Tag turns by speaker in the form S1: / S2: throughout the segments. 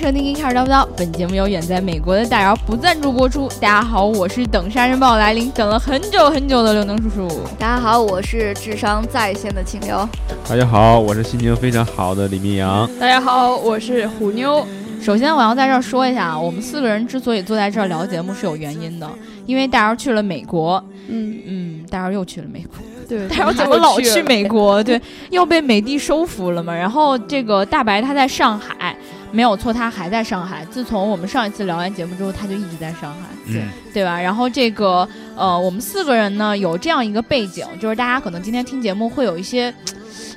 S1: 收听《一开始叨不叨》，本节目由远在美国的大姚不赞助播出。大家好，我是等沙尘暴来临等了很久很久的刘能叔叔。
S2: 大家好，我是智商在线的清流。
S3: 大家好，我是心情非常好的李明阳。
S4: 大家好，我是虎妞。
S1: 首先，我要在这儿说一下啊，我们四个人之所以坐在这儿聊节目是有原因的，因为大姚去了美国，
S4: 嗯，
S1: 嗯，大姚又去了美 国，
S4: 对。
S1: 大姚怎么老去美国？对，又被美帝收服了嘛。然后这个大白他在上海，没有错，他还在上海。自从我们上一次聊完节目之后，他就一直在上海。
S3: 嗯，
S1: 对吧？然后这个呃，我们四个人呢有这样一个背景，就是大家可能今天听节目会有一些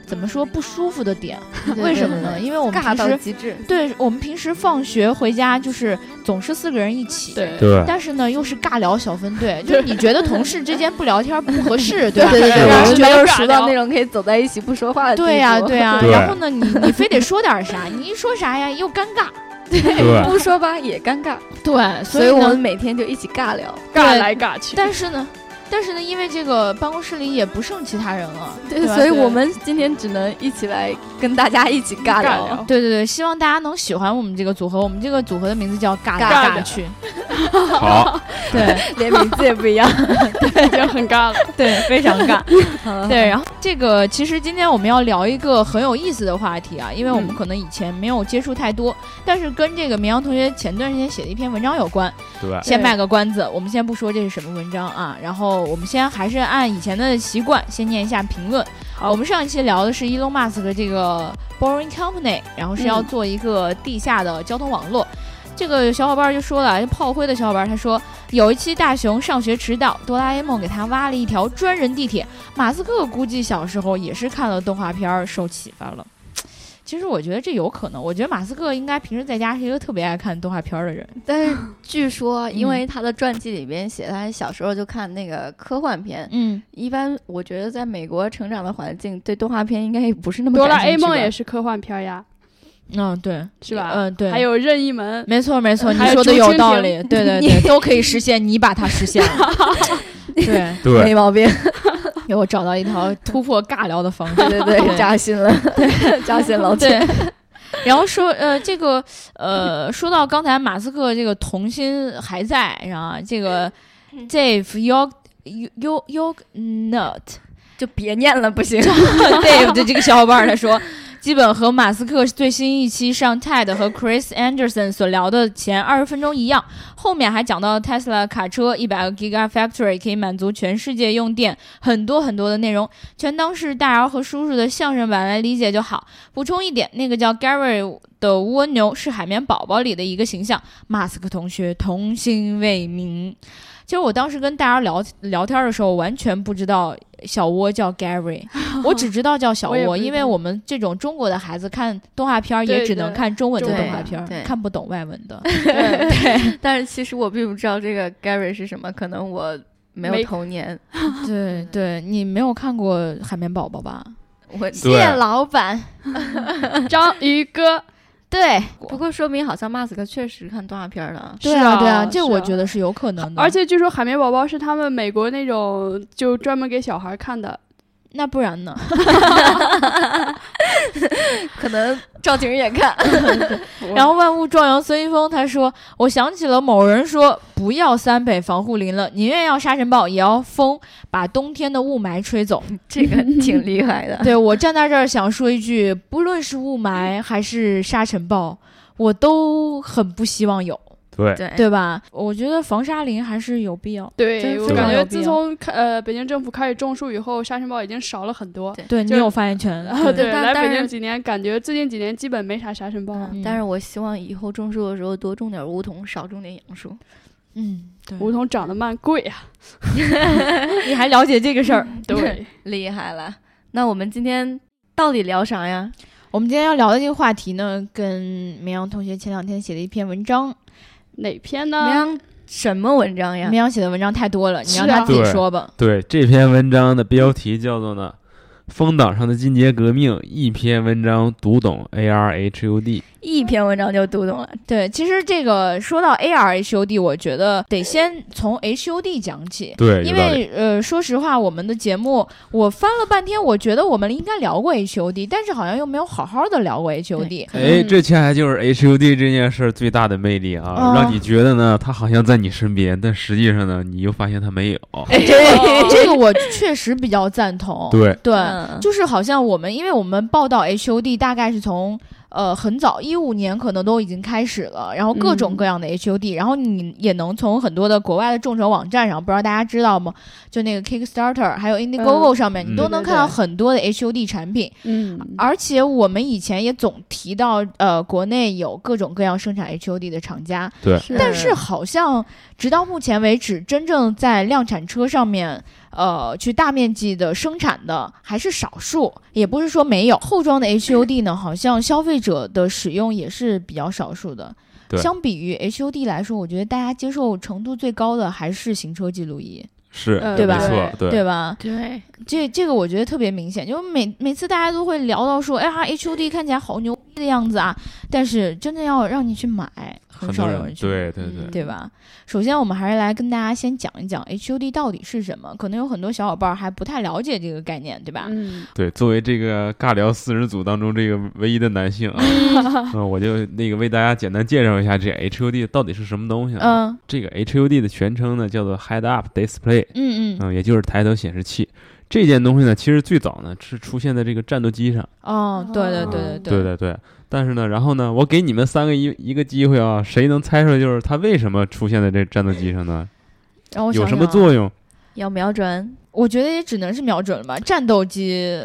S1: 怎么说不舒服的点，为什么呢？因为我们
S2: 尬
S1: 平
S2: 到
S1: 时
S2: 极致，
S1: 对我们平时放学回家就是总是四个人一起，
S4: 对
S3: 对，
S1: 但是呢又是尬聊小分队， 就是你觉得同事之间不聊天不合适，对吧？
S2: 对
S3: 是吧
S2: 对，
S4: 没有
S2: 有
S4: 尬
S2: 熟到
S4: 聊
S2: 那种可以走在一起不说话的地步。
S1: 对呀、对呀、
S3: 对
S1: 然后呢，你你非得说点啥，你一说啥呀又尴尬，
S3: 对
S2: 不说吧也尴尬，
S1: 对，
S2: 所
S1: 所
S2: 以
S1: 以
S2: 我
S1: 呢
S2: 们每天就一起尬聊。
S4: 尬来尬去，
S1: 但是呢，但是呢，因为这个办公室里也不剩其他人了，对吧，
S2: 所以
S4: 对
S2: 我们今天只能一起来跟大家一起尬
S4: 尬
S2: 聊
S4: 聊。
S1: 对对对，希望大家能喜欢我们这个组合。我们这个组合的名字叫“尬
S2: 尬
S1: 来
S4: 的
S1: 尬去
S3: 好，”，
S1: 对
S2: 连名字也不一样。
S4: 已经很尬 了。
S1: 对，非常 尬。嗯
S2: 对，
S1: 对，然后这个其实今天我们要聊一个很有意思的话题啊，因为我们
S4: 嗯
S1: 可能以前没有接触太多，但是跟这个绵阳同学前段时间写的一篇文章有关。
S3: 对，
S1: 先卖个关子，我们先不说这是什么文章啊，然后我们先还是按以前的习惯，先念一下评论。
S4: 好
S1: 我们上一期聊的是 Elon Musk 的这个 Boring Company，然后是要
S4: 嗯
S1: 做一个地下的交通网络。这个小伙伴就说了，就啊炮灰的小伙伴他说，有一期大雄上学迟到，哆啦 A 梦给他挖了一条专人地铁。马斯克估计小时候也是看了动画片儿受启发了。其实我觉得这有可能，我觉得马斯克应该平时在家是一个特别爱看动画片儿的人。
S2: 但是据说，因
S1: 嗯
S2: 为他的传记里边写，他小时候就看那个科幻片。
S1: 嗯，
S2: 一般我觉得在美国成长的环境，对动画片应该也不是那么
S4: 哆
S2: 感
S4: 啦 A
S2: 兴趣
S4: 梦
S2: 吧
S4: 也是科幻片呀，
S1: 嗯，对，
S4: 是吧？
S1: 嗯，对，
S4: 还有任意门，
S1: 没错没错，你
S4: 还有
S1: 说的
S4: 竹
S1: 有
S4: 蜻
S1: 道
S4: 蜓
S1: 理，对对 对，都可以实现，你把它实现 了，对，
S3: 对，
S2: 没毛 病。
S1: 给我找到一条突破尬聊的方式，
S2: 对对对，
S1: 对
S2: 扎心 了，扎心老铁。
S1: 对。然后说，呃，这个，呃，说到刚才马斯克这个童心还在，然后这个嗯 Dave York York York Not
S2: 就别念了，不 行。
S1: Dave 的这个小伙伴儿他说，基本和马斯克最新一期上 TED 和 Chris Anderson 所聊的前二十分钟一样，后面还讲到 Tesla 卡车一百个 Gigafactory 可以满足全世界用电，很多很多的内容，全当是大姚和叔叔的相声版来理解就好。补充一点，那个叫 Gary 的蜗牛是《海绵宝宝》里的一个形象，马斯克同学童心未泯。其实我当时跟大家聊聊天的时候，完全不知道小蜗叫 Gary，我只知道叫小
S4: 我也不
S1: 蜗，
S4: 知道
S1: 因为我们这种中国的孩子看动画片儿
S4: 对
S1: 也只
S4: 对
S1: 能看中文的
S4: 中
S1: 动
S4: 文
S1: 画
S4: 的
S1: 片儿
S2: 对，
S1: 看不懂外文 的。
S2: 但是其实我并不知道这个 Gary 是什么，可能我没有
S4: 没
S2: 童年。
S1: 对对，你没有看过《海绵宝宝》吧？
S2: 我
S3: 对
S2: 谢老板。
S4: 章鱼哥，
S1: 对，
S2: 不过说明好像马斯克确实看动画片了。
S1: 对
S4: 是
S1: 啊
S4: 啊
S1: 对啊，这我
S4: 是啊
S1: 觉得是有可能的。
S4: 而且据说海绵宝宝是他们美国那种就专门给小孩看的，
S1: 那不然呢？
S2: 可能 赵景也看。
S1: 然后万物壮阳孙一峰他说：“我想起了某人说，不要三北防护林了，宁愿要沙尘暴，也要风，把冬天的雾霾吹 走。
S2: 这个挺厉害的。
S1: 对我站在这儿想说一句，不论是雾霾还是沙尘暴，我都很不希望有，
S3: 对，
S2: 对
S1: 对吧？我觉得防沙林还是有必要。
S4: 对
S1: 真
S4: 我
S3: 非
S4: 感
S1: 常
S4: 觉
S1: 有必
S4: 自
S1: 要
S4: 从开呃北京政府开始种树以后，沙尘暴已经少了很多。
S1: 对你
S4: 就是
S1: 有发言 权，
S4: 对，
S2: 但
S4: 来
S2: 但
S4: 北
S2: 是
S4: 京几年，感觉最近几年基本没啥沙尘暴了。
S1: 嗯
S2: 但是我希望以后种树的时候多种点梧桐，少种点杨树。
S1: 嗯，对，
S4: 梧桐长得慢，贵呀、
S1: 你还了解这个事儿？
S4: 对，
S2: 厉害了。那我们今天到底聊啥呀？
S1: 我们今天要聊的这个话题呢，跟绵阳同学前两天写的一篇文章，
S4: 哪篇
S2: 绵
S1: 啊
S4: 呢？
S2: 阳什么文章
S1: 嗯
S2: 呀
S1: 绵？阳写的文章太多了，你
S4: 是
S1: 让他
S4: 啊
S1: 自己
S3: 对
S1: 说吧。
S3: 对，这篇文章的标题叫做呢，风挡上的进阶革命，一篇文章读懂 A R H U D。
S2: 一篇文章就读懂了。
S1: 对，其实这个说到 AR HUD，我觉得得先从 HUD 讲起。
S3: 对
S1: 因为呃，说实话，我们的节目我翻了半天，我觉得我们应该聊过 HUD，但是好像又没有好好的聊过 HUD。
S3: 哎，这恰恰就是 H U D 这件事儿最大的魅力啊，
S1: 哦
S3: 让你觉得呢，它好像在你身边，但实际上呢，你又发现它没有。
S1: 这这个我确实比较赞同。
S3: 对，
S1: 对，
S2: 嗯
S1: 就是好像我们，因为我们报道 HUD 大概是从呃很早一五年可能都已经开始了，然后各种
S4: 嗯
S1: 各样的 HUD，、然后你也能从很多的国外的众筹网站上，不知道大家知道吗？就那个 Kickstarter 还有 Indiegogo 上面，
S3: 嗯
S1: 你都能
S4: 对对
S1: 看到
S4: 对
S1: 很多的 HUD 产品。
S4: 嗯，
S1: 而且我们以前也总提到，呃，国内有各种各样生产 HUD 的厂家，但
S3: 嗯
S1: 是好像直到目前为止，真正在量产车上面，呃，去大面积的生产的还是少数，也不是说没有。后装的 HUD 呢，好像消费者的使用也是比较少数的。
S3: 对
S1: 相比于 HUD 来说，我觉得大家接受程度最高的还是行车记录仪，
S3: 是
S4: 呃
S3: 没
S1: 对吧
S3: 错，
S1: 对吧？
S2: 对，
S1: 这这个我觉得特别明显，就是每每次大家都会聊到说，哎呀，HUD 看起来好牛逼的样子啊，但是真的要让你去买，很
S3: 很
S1: 少
S3: 多
S1: 有
S3: 人
S1: 人去买。
S3: 对对对
S2: 嗯
S1: 对吧？首先，我们还是来跟大家先讲一讲 HUD 到底是什么，可能有很多小伙伴儿还不太了解这个概念，对吧？
S4: 嗯，
S3: 对，作为这个尬聊四人组当中这个唯一的男性啊， 嗯，我就那个为大家简单介绍一下这 H U D 到底是什么东西啊？
S1: 嗯
S3: 这个 H U D 的全称呢叫做 Head Up Display，
S1: 嗯嗯
S3: 嗯，也就是抬头显示器。这件东西呢，其实最早呢是出现在这个战斗机上。
S1: 哦，对对对
S4: 哦
S1: 对对，
S3: 嗯对对。但是呢，然后呢，我给你们三个一一个机会啊，谁能猜出来就是它为什么出现在这战斗机上呢？
S1: 然后我
S3: 有
S1: 想
S3: 什
S1: 想
S3: 么
S1: 啊
S3: 作用？
S2: 要瞄
S3: 嗯
S2: 准，
S1: 我觉得也只能是瞄准了吧，战斗机，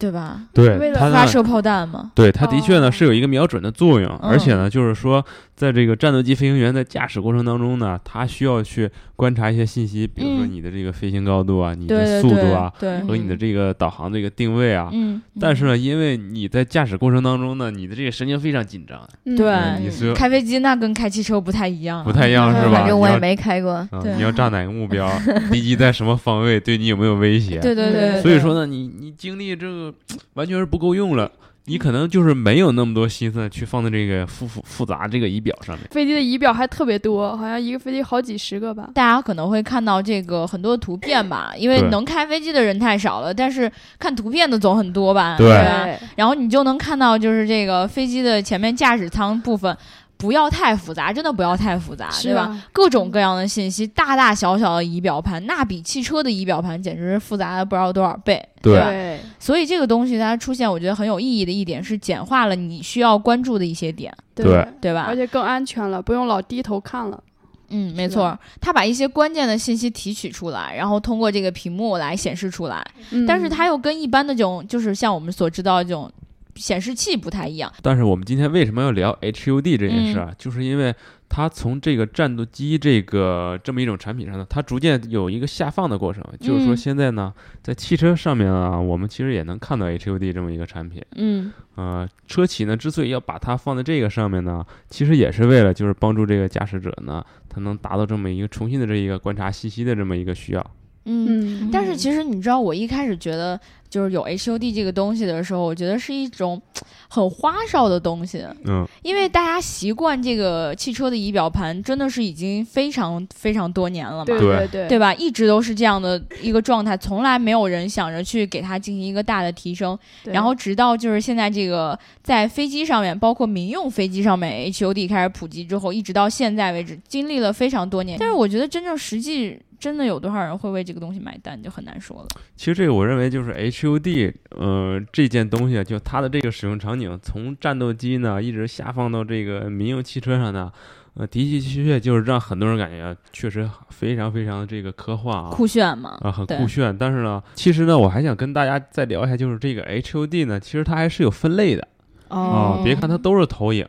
S1: 对吧？
S4: 为
S3: 对，
S4: 了
S3: 它
S1: 发
S3: 呢
S1: 射炮弹嘛，
S3: 对它的确呢
S4: 哦
S3: 是有一个瞄准的作
S1: 嗯
S3: 用，而且呢，就是说，在这个战斗机飞行员在驾驶过程当中呢，他需要去观察一些信息，比如说
S1: 嗯
S3: 你的这个飞行高度啊，你
S1: 对
S3: 的
S1: 对
S3: 速
S1: 对
S3: 度啊，
S1: 对，
S3: 和你的这个导航这个定位啊。
S1: 嗯，
S3: 但是呢，因为你在驾驶过程当中呢，你的这个神经非常紧张，
S4: 嗯
S1: 对
S3: 嗯你是
S1: 开飞机那跟开汽车不太一样啊，
S3: 不太一样嗯是吧？
S2: 反正
S3: 你
S2: 我也
S3: 要
S2: 没开过。
S3: 啊
S1: 对，
S3: 你要炸哪个目 标，敌机在什么方位，对你有没有威胁？
S1: 对对对，对
S3: 所以说，呢，你你精力这个完全是不够用了，你可能就是没有那么多心思去放在这个复复复杂这个仪表上面。
S4: 飞机的仪表还特别多，好像一个飞机好几十个吧。
S1: 大家可能会看到这个很多图片吧，因为
S3: 对
S1: 能开飞机的人太少了，但是看图片的总很多吧，
S3: 对
S1: 吧？然后你就能看到，就是这个飞机的前面驾驶舱部分，不要太复杂，真的不要太复杂，
S4: 是
S1: 啊
S4: 啊
S1: 对吧？？各种各样的信息，大大小小的仪表盘，那比汽车的仪表盘简直是复杂了不知道多少倍，
S3: 对
S1: 吧？
S4: 对，
S1: 所以这个东西它出现，我觉得很有意义的一点是简化了你需要关注的一些点，
S3: 对
S1: 对吧？
S4: 而且更安全了，不用老低头看了。
S1: 嗯，没
S4: 是
S1: 错
S4: 吧，
S1: 它把一些关键的信息提取出来，然后通过这个屏幕来显示出来。嗯
S4: 嗯
S1: 但是它又跟一般的这种，就是像我们所知道的这种显示器不太一样。
S3: 但是我们今天为什么要聊 HUD 这件事啊？就是因为它从这个战斗机这个这么一种产品上呢，它逐渐有一个下放的过程。就是说，
S1: 嗯
S3: 现在呢，在汽车上面啊，我们其实也能看到 HUD 这么一个产品。
S1: 嗯
S3: 呃，车企呢之所以要把它放在这个上面呢，其实也是为了就是帮助这个驾驶者呢，他能达到这么一个重新的这一个观察信息的这么一个需要。
S1: 嗯。
S4: 嗯，
S1: 但是其实你知道，我一开始觉得就是有 HUD 这个东西的时候，我觉得是一种很花哨的东西，
S3: 嗯，
S1: 因为大家习惯这个汽车的仪表盘，真的是已经非常非常多年了嘛。
S4: 对
S3: 对
S4: 对
S1: 对吧？一直都是这样的一个状态，从来没有人想着去给它进行一个大的提升。
S4: 对
S1: 然后直到就是现在这个在飞机上面，包括民用飞机上面 HUD 开始普及之后，一直到现在为止，经历了非常多年。但是我觉得真正实际真的有多少人会为这个东西买单，就很难说了。
S3: 其实这个我认为就是 HUD，呃，这件东西啊就它的这个使用场景，从战斗机呢一直下放到这个民用汽车上呢，呃，的的确确就是让很多人感觉啊确实非常非常的这个科幻啊，
S1: 酷炫嘛，
S3: 啊，很
S1: 对
S3: 酷炫。但是呢，其实呢，我还想跟大家再聊一下，就是这个 HUD 呢，其实它还是有分类的。啊、
S4: 哦
S3: 别看它都是投影。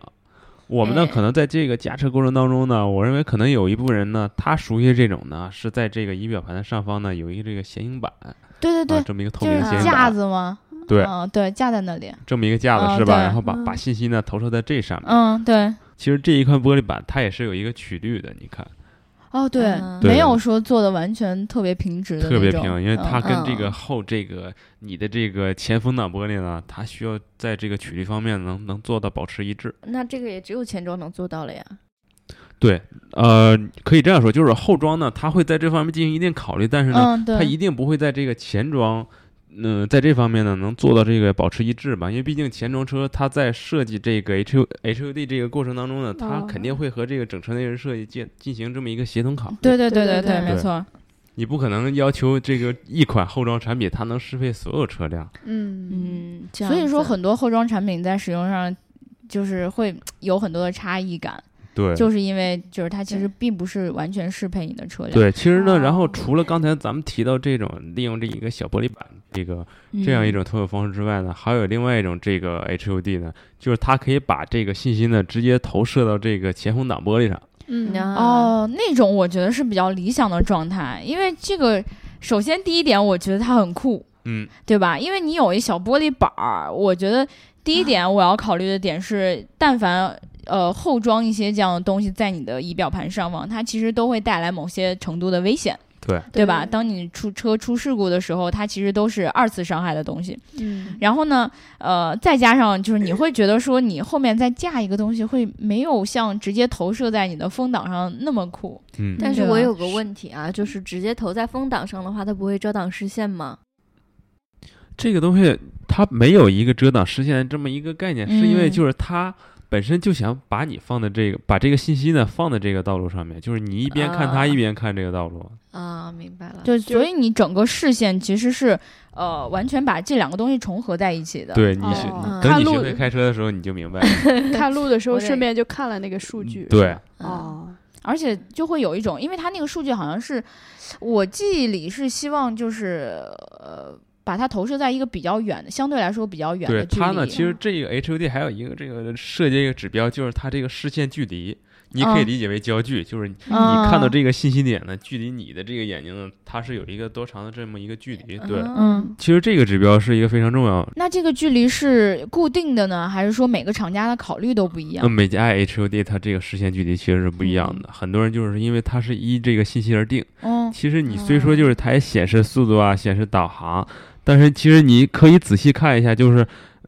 S3: 我们呢，
S1: 哎
S3: 可能在这个驾车过程当中呢，我认为可能有一部分人呢，他熟悉这种呢，是在这个仪表盘的上方呢有一个这个显影板，
S1: 对对对，
S3: 啊，这么一个透
S1: 就
S3: 明
S1: 是
S3: 的显影
S1: 架
S3: 板，
S1: 子吗？
S3: 对，
S1: 嗯，对，架在那里。
S3: 这么一个架子
S1: 啊
S3: 是吧？
S1: 对
S3: 然后把
S4: 嗯
S3: 把信息呢投射在这上面。
S1: 嗯，对。
S3: 其实这一块玻璃板它也是有一个曲率的，你看，
S1: 哦，对，
S2: 嗯
S1: 没
S3: 对
S1: 有说做的完全特别平直的那
S3: 特
S1: 种，
S3: 别平，因为它
S1: 嗯
S3: 跟这个
S2: 嗯
S3: 后这个你的这个前风挡玻璃呢，它需要在这个曲率方面能能做到保持一致。
S2: 那这个也只有钱庄能做到了呀。
S3: 对，呃，可以这样说，就是后装呢，它会在这方面进行一定考虑，但是呢，
S1: 嗯，对，
S3: 它一定不会在这个前装。嗯、在这方面呢，能做到这个保持一致吧？因为毕竟前装车它在设计这个 H U H U D 这个过程当中呢，它
S4: 哦
S3: 肯定会和这个整车内饰设计进进行这么一个协同考虑。
S1: 对对对
S4: 对对
S1: 对，
S4: 对
S1: 没错，
S3: 你不可能要求这个一款后装产品它能适配所有车辆。
S4: 嗯
S2: 嗯，这样
S1: 所以说
S2: 子
S1: 很多后装产品在使用上就是会有很多的差异感，
S3: 对
S1: 就是因为就是它其实
S2: 对
S1: 并不是完全适配你的车辆，
S3: 对，其实呢，然后
S2: 哦
S3: 除了刚才咱们提到这种利用这一个小玻璃板这个
S1: 嗯
S3: 这样一种投影方式之外呢，还有另外一种这个 HUD 呢，就是它可以把这个信息呢直接投射到这个前风挡玻璃上。
S2: 啊
S4: 嗯，
S1: 哦，那种我觉得是比较理想的状态，因为这个首先第一点，我觉得它很酷，
S3: 嗯，
S1: 对吧？因为你有一小玻璃板儿，我觉得第一点我要考虑的点是，但凡呃后装一些这样的东西在你的仪表盘上方，它其实都会带来某些程度的危险，
S3: 对，
S1: 对吧？当你出车出事故的时候，它其实都是二次伤害的东西。
S4: 嗯，
S1: 然后呢，呃，再加上就是你会觉得说你后面再架一个东西会没有像直接投射在你的风挡上那么酷。
S3: 嗯，
S2: 啊但是
S1: 对
S2: 我
S1: 吧
S2: 有个问题啊，就是直接投在风挡上的话，它不会遮挡视线吗？
S3: 这个东西它没有一个遮挡视线这么一个概念，是因为
S1: 嗯
S3: 就是它。本身就想把你放在这个，把这个信息呢放在这个道路上面，就是你一边看它，
S2: 啊
S3: 一边看这个道路。
S2: 啊，明白了。
S1: 对，所以你整个视线其实是呃完全把这两个东西重合在一起的。
S3: 对你学，
S4: 哦
S1: 嗯
S3: 你等你
S4: 看路
S3: 学会开车的时候，你就明白了。
S4: 看路的时候
S2: 我得
S4: 顺便就看了那个数据，
S3: 对
S4: 是吧，
S2: 嗯
S4: 哦，
S1: 而且就会有一种，因为它那个数据好像是我记忆里是希望就是呃把它投射在一个比较远的，相对来说比较远
S3: 对
S1: 的距离。啊
S3: 它呢，其实这个 HUD 还有一个这个设计一个指标，就是它这个视线距离，你可以
S1: 嗯
S3: 理解为焦距，就是你
S1: 嗯
S3: 看到这个信息点呢，距离你的这个眼睛呢，它是有一个多长的这么一个距离。对，
S1: 嗯，
S3: 其实这个指标是一个非常重要。
S1: 那这个距离是固定的呢，还是说每个厂家的考虑都不一样
S3: 那？每家 HUD 它这个视线距离其实是不一样的，很多人就是因为它是依这个信息而定。
S1: 嗯，
S3: 其实你虽说就是它也显示速度啊，显示导航，但是其实你可以仔细看一下，就是。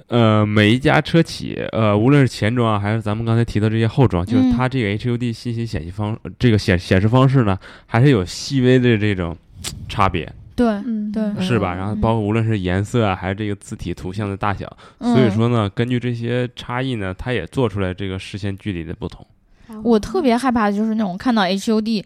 S3: 呃，每一家车企，呃，无论是前装啊还是咱们刚才提到这些后装，就是
S1: 嗯
S3: 它这个 HUD 信息显示方，呃这个显显示方式呢，还是有细微的这种差别，
S1: 对，
S4: 嗯
S1: 对
S3: 是吧？然后包括无论是颜色啊，还是这个字体图像的大小，所以
S1: 嗯
S3: 说呢，根据这些差异呢，它也做出来这个视线距离的不同。
S4: 嗯哦
S1: 我特别害怕的就是那种看到 HUD，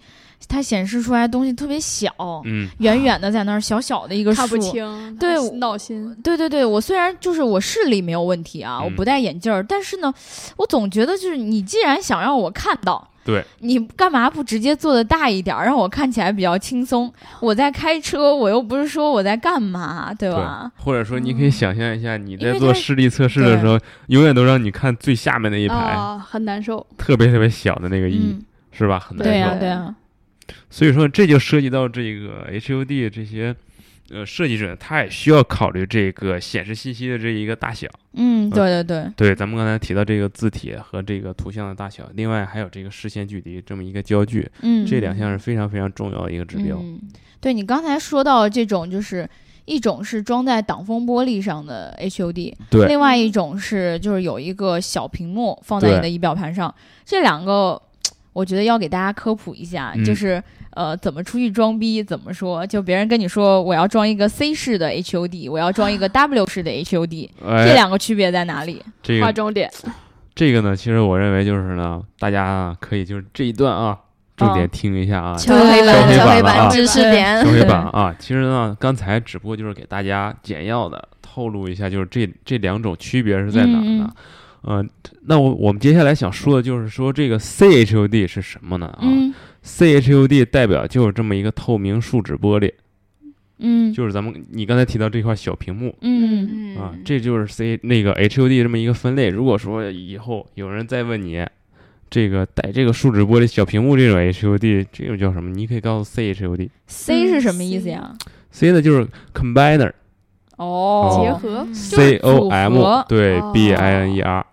S1: 它显示出来的东西特别小，
S3: 嗯，
S1: 远远的在那儿小小的一个
S4: 看不
S1: 数。
S4: 清，
S1: 对我
S4: 闹心，
S1: 对对对，我虽然就是我视力没有问题啊，
S3: 嗯
S1: 我不戴眼镜儿，但是呢，我总觉得就是你既然想让我看到，
S3: 对，
S1: 你干嘛不直接做的大一点儿，让我看起来比较轻松？我在开车，我又不是说我在干嘛，对吧？
S3: 或者说你可以想象一下，你
S1: 嗯因
S3: 在
S1: 为它
S3: 做视力测试的时候，永远都让你看最下面那一排，
S4: 啊，很难受，
S3: 特别特别小的那个一、
S1: 哦嗯，
S3: 是吧？很难
S1: 对呀、
S3: 受
S1: 对啊呀、
S3: 所以说这就涉及到这个 HUD 这些。呃，设计者他也需要考虑这个显示信息的这一个大小，
S1: 嗯，对对对，
S3: 对，咱们刚才提到这个字体和这个图像的大小，另外还有这个视线距离这么一个焦距，
S1: 嗯，
S3: 这两项是非常非常重要的一个指标。
S1: 嗯、对你刚才说到这种，就是一种是装在挡风玻璃上的 HUD，
S3: 对
S1: 另外一种是就是有一个小屏幕放在
S3: 对
S1: 你的仪表盘上，这两个。我觉得要给大家科普一下，
S3: 嗯
S1: 就是呃，怎么出去装逼，怎么说？就别人跟你说我要装一个 C 式的 HUD，我要装一个 W 式的 HUD，、这
S3: 哎，
S1: 两个区别在哪里？
S3: 这
S4: 划
S3: 个
S4: 重点，
S3: 这个呢，其实我认为就是呢，大家啊可以就是这一段啊，重点听一下啊，
S1: 敲黑板
S3: 敲
S2: 敲黑
S3: 黑板了啊
S2: 板知识点
S3: 消。费 版啊，其实呢，刚才只不过就是给大家简要的透露一下，就是这这两种区别是在哪儿呢？嗯、那我我们接下来想说的就是说这个 CHUD 是什么呢？啊、
S1: 嗯
S3: c h u d 代表就是这么一个透明树脂玻璃，
S1: 嗯
S3: 就是咱们你刚才提到这块小屏幕。
S1: 嗯
S2: 嗯
S3: 啊，这就是 C 那个 HUD 这么一个分类。如果说以后有人再问你，这个带这个树脂玻璃小屏幕这种 HUD，这种叫什么？你可以告诉 CHUD。
S1: ，C
S4: 嗯
S1: 是什么意思呀？
S3: C 呢就是 combiner，
S1: 哦，
S4: 结合
S2: 嗯
S3: C O
S1: 组合
S3: M 对
S4: 哦
S3: B I N E R，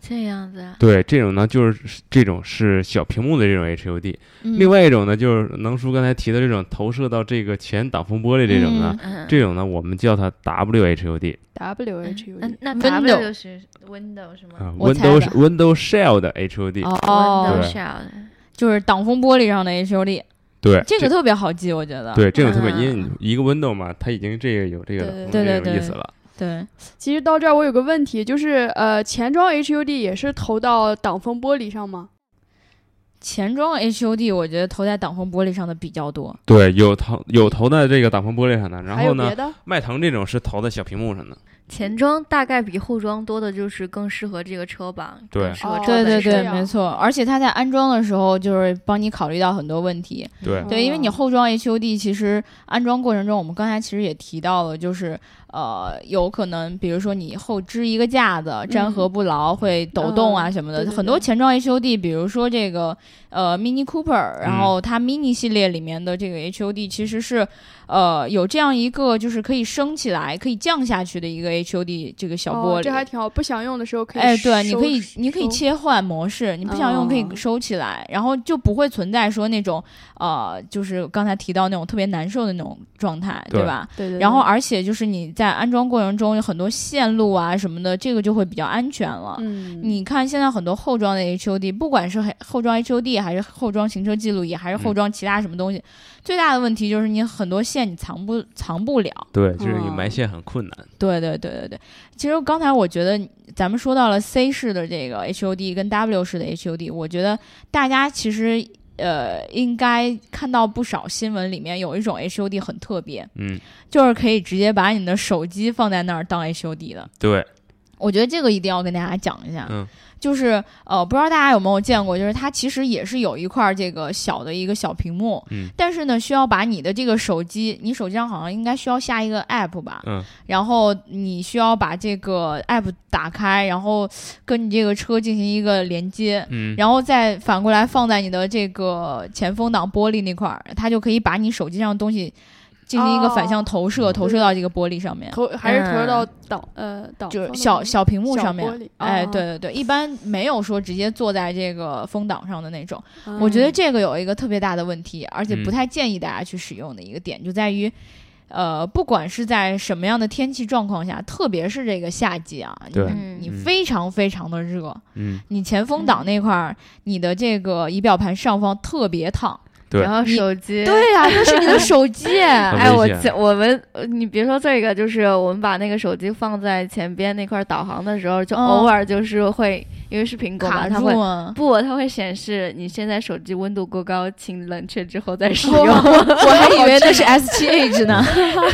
S2: 这样子啊，
S3: 对，这种呢就是这种是小屏幕的这种 HUD，、
S1: 嗯
S3: 另外一种呢就是能叔刚才提的这种投射到这个前挡风玻璃这种呢，
S2: 嗯，
S3: 这种呢我们叫它 WHUD
S4: W H U
S2: 嗯
S4: D，
S2: 那
S1: Window
S2: W 是 window 是
S3: 啊
S2: 吗
S1: 我猜的
S3: ，Windows Windows Shell 的 HUD，、
S1: 哦
S2: ，window
S3: 对
S2: shell，
S1: 就是挡风玻璃上的 HUD，
S3: 对，
S1: 这个特别好记，我觉得。
S3: 对，这种特别，
S2: 嗯
S3: 因为你一个 window 嘛，它已经这个有这个
S1: 对
S4: 对
S3: 这
S1: 对
S3: 种
S1: 对
S3: 意思了。
S1: 对
S4: 其实到这儿我有个问题，就是呃，前装 H U D 也是投到挡风玻璃上吗？
S1: 前装 HUD 我觉得投在挡风玻璃上的比较多。
S3: 对，有投有投在这个挡风玻璃上的，然
S4: 还
S3: 后
S4: 有别
S3: 呢，
S4: 的？
S3: 迈腾这种是投在小屏幕上的。
S2: 前装大概比后装多的就是更适合这个车吧，
S3: 对
S2: 更适合
S4: 哦
S1: 对对
S2: 车本身
S1: 对
S4: 这，样
S1: 没错。而且它在安装的时候，就是帮你考虑到很多问题。
S3: 对
S4: 嗯
S1: 对，因为你后装 HUD 其实安装过程中，我们刚才其实也提到了，就是呃，有可能比如说你后支一个架子，粘合不牢，会抖动啊
S4: 嗯
S1: 什么的。
S4: 对对
S1: 很多
S4: 对
S1: 前装 HUD，比如说这个呃 Mini Cooper，然后它 Mini 系列里面的这个 HUD 其实是呃有这样一个就是可以升起来、可以降下去的一个 HUD 这个小玻璃。
S4: 哦，这还挺好，不想用的时候可以
S1: 哎，对，你
S4: 收
S1: 可以，你可以
S4: 收
S1: 切换模式，你不想用可以
S4: 哦
S1: 收起来，然后就不会存在说那种呃，就是刚才提到那种特别难受的那种状态，对
S3: 对
S1: 吧？
S4: 对对对
S1: 然后而且就是你在安装过程中有很多线路啊什么的，这个就会比较安全了。
S4: 嗯，
S1: 你看，现在很多后装的 HUD，不管是黑后装 HUD 还是后装行车记录仪，还是后
S3: 嗯
S1: 装其他什么东西，最大的问题就是你很多线你藏不藏不了。
S3: 对，就是你
S4: 哦
S3: 埋线很困难。
S1: 对对对对对，其实刚才我觉得咱们说到了 C 式的这个 HUD 跟 W 式的 HUD，我觉得大家其实呃应该看到不少新闻里面有一种 HUD 很特别，
S3: 嗯，
S1: 就是可以直接把你的手机放在那儿当 HUD 的。
S3: 对，
S1: 我觉得这个一定要跟大家讲一下，
S3: 嗯
S1: 就是呃，不知道大家有没有见过，就是它其实也是有一块这个小的一个小屏幕，
S3: 嗯
S1: 但是呢，需要把你的这个手机，你手机上好像应该需要下一个 app 吧，
S3: 嗯，
S1: 然后你需要把这个 app 打开，然后跟你这个车进行一个连接，
S3: 嗯，
S1: 然后再反过来放在你的这个前风挡玻璃那块儿，它就可以把你手机上的东西进行一个反向投射，
S3: 哦
S1: 投射到这个玻璃上面，
S4: 投还是投入到
S2: 嗯
S4: 挡呃挡
S1: 就
S4: 风
S1: 是
S4: 的
S1: 小
S4: 玻璃
S1: 小屏幕
S4: 小
S1: 上面
S4: 玻。璃
S1: 哎，
S4: 哦
S1: 对对对，一般没有说直接坐在这个风挡上的那种。
S4: 嗯
S1: 我觉得这个有一个特别大的问题，而且
S3: 嗯
S1: 不太建议大家去使用的一个点，就在于，呃，不管是在什么样的天气状况下，特别是这个夏季啊，你
S3: 对
S2: 嗯
S1: 你
S3: 嗯
S1: 非常非常的热，
S3: 嗯，
S1: 你前风挡那块儿，你的这个仪表盘上方特别烫。
S3: 对
S2: 然后
S1: 你
S2: 手机
S1: 对呀、那是你的手机。
S3: 很
S2: 哎，
S3: 危
S2: 我
S3: 险
S2: 记我们呃你别说这个，就是我们把那个手机放在前边那块导航的时候，就
S1: 嗯
S2: 偶尔就是会，因为是苹果
S1: 卡
S2: 嘛，它
S1: 住
S2: 会
S1: 啊！
S2: 不，它会显示你现在手机温度过高，请冷却之后再使
S1: 哇
S2: 用。
S1: 我还以为那是 S 7 H 呢。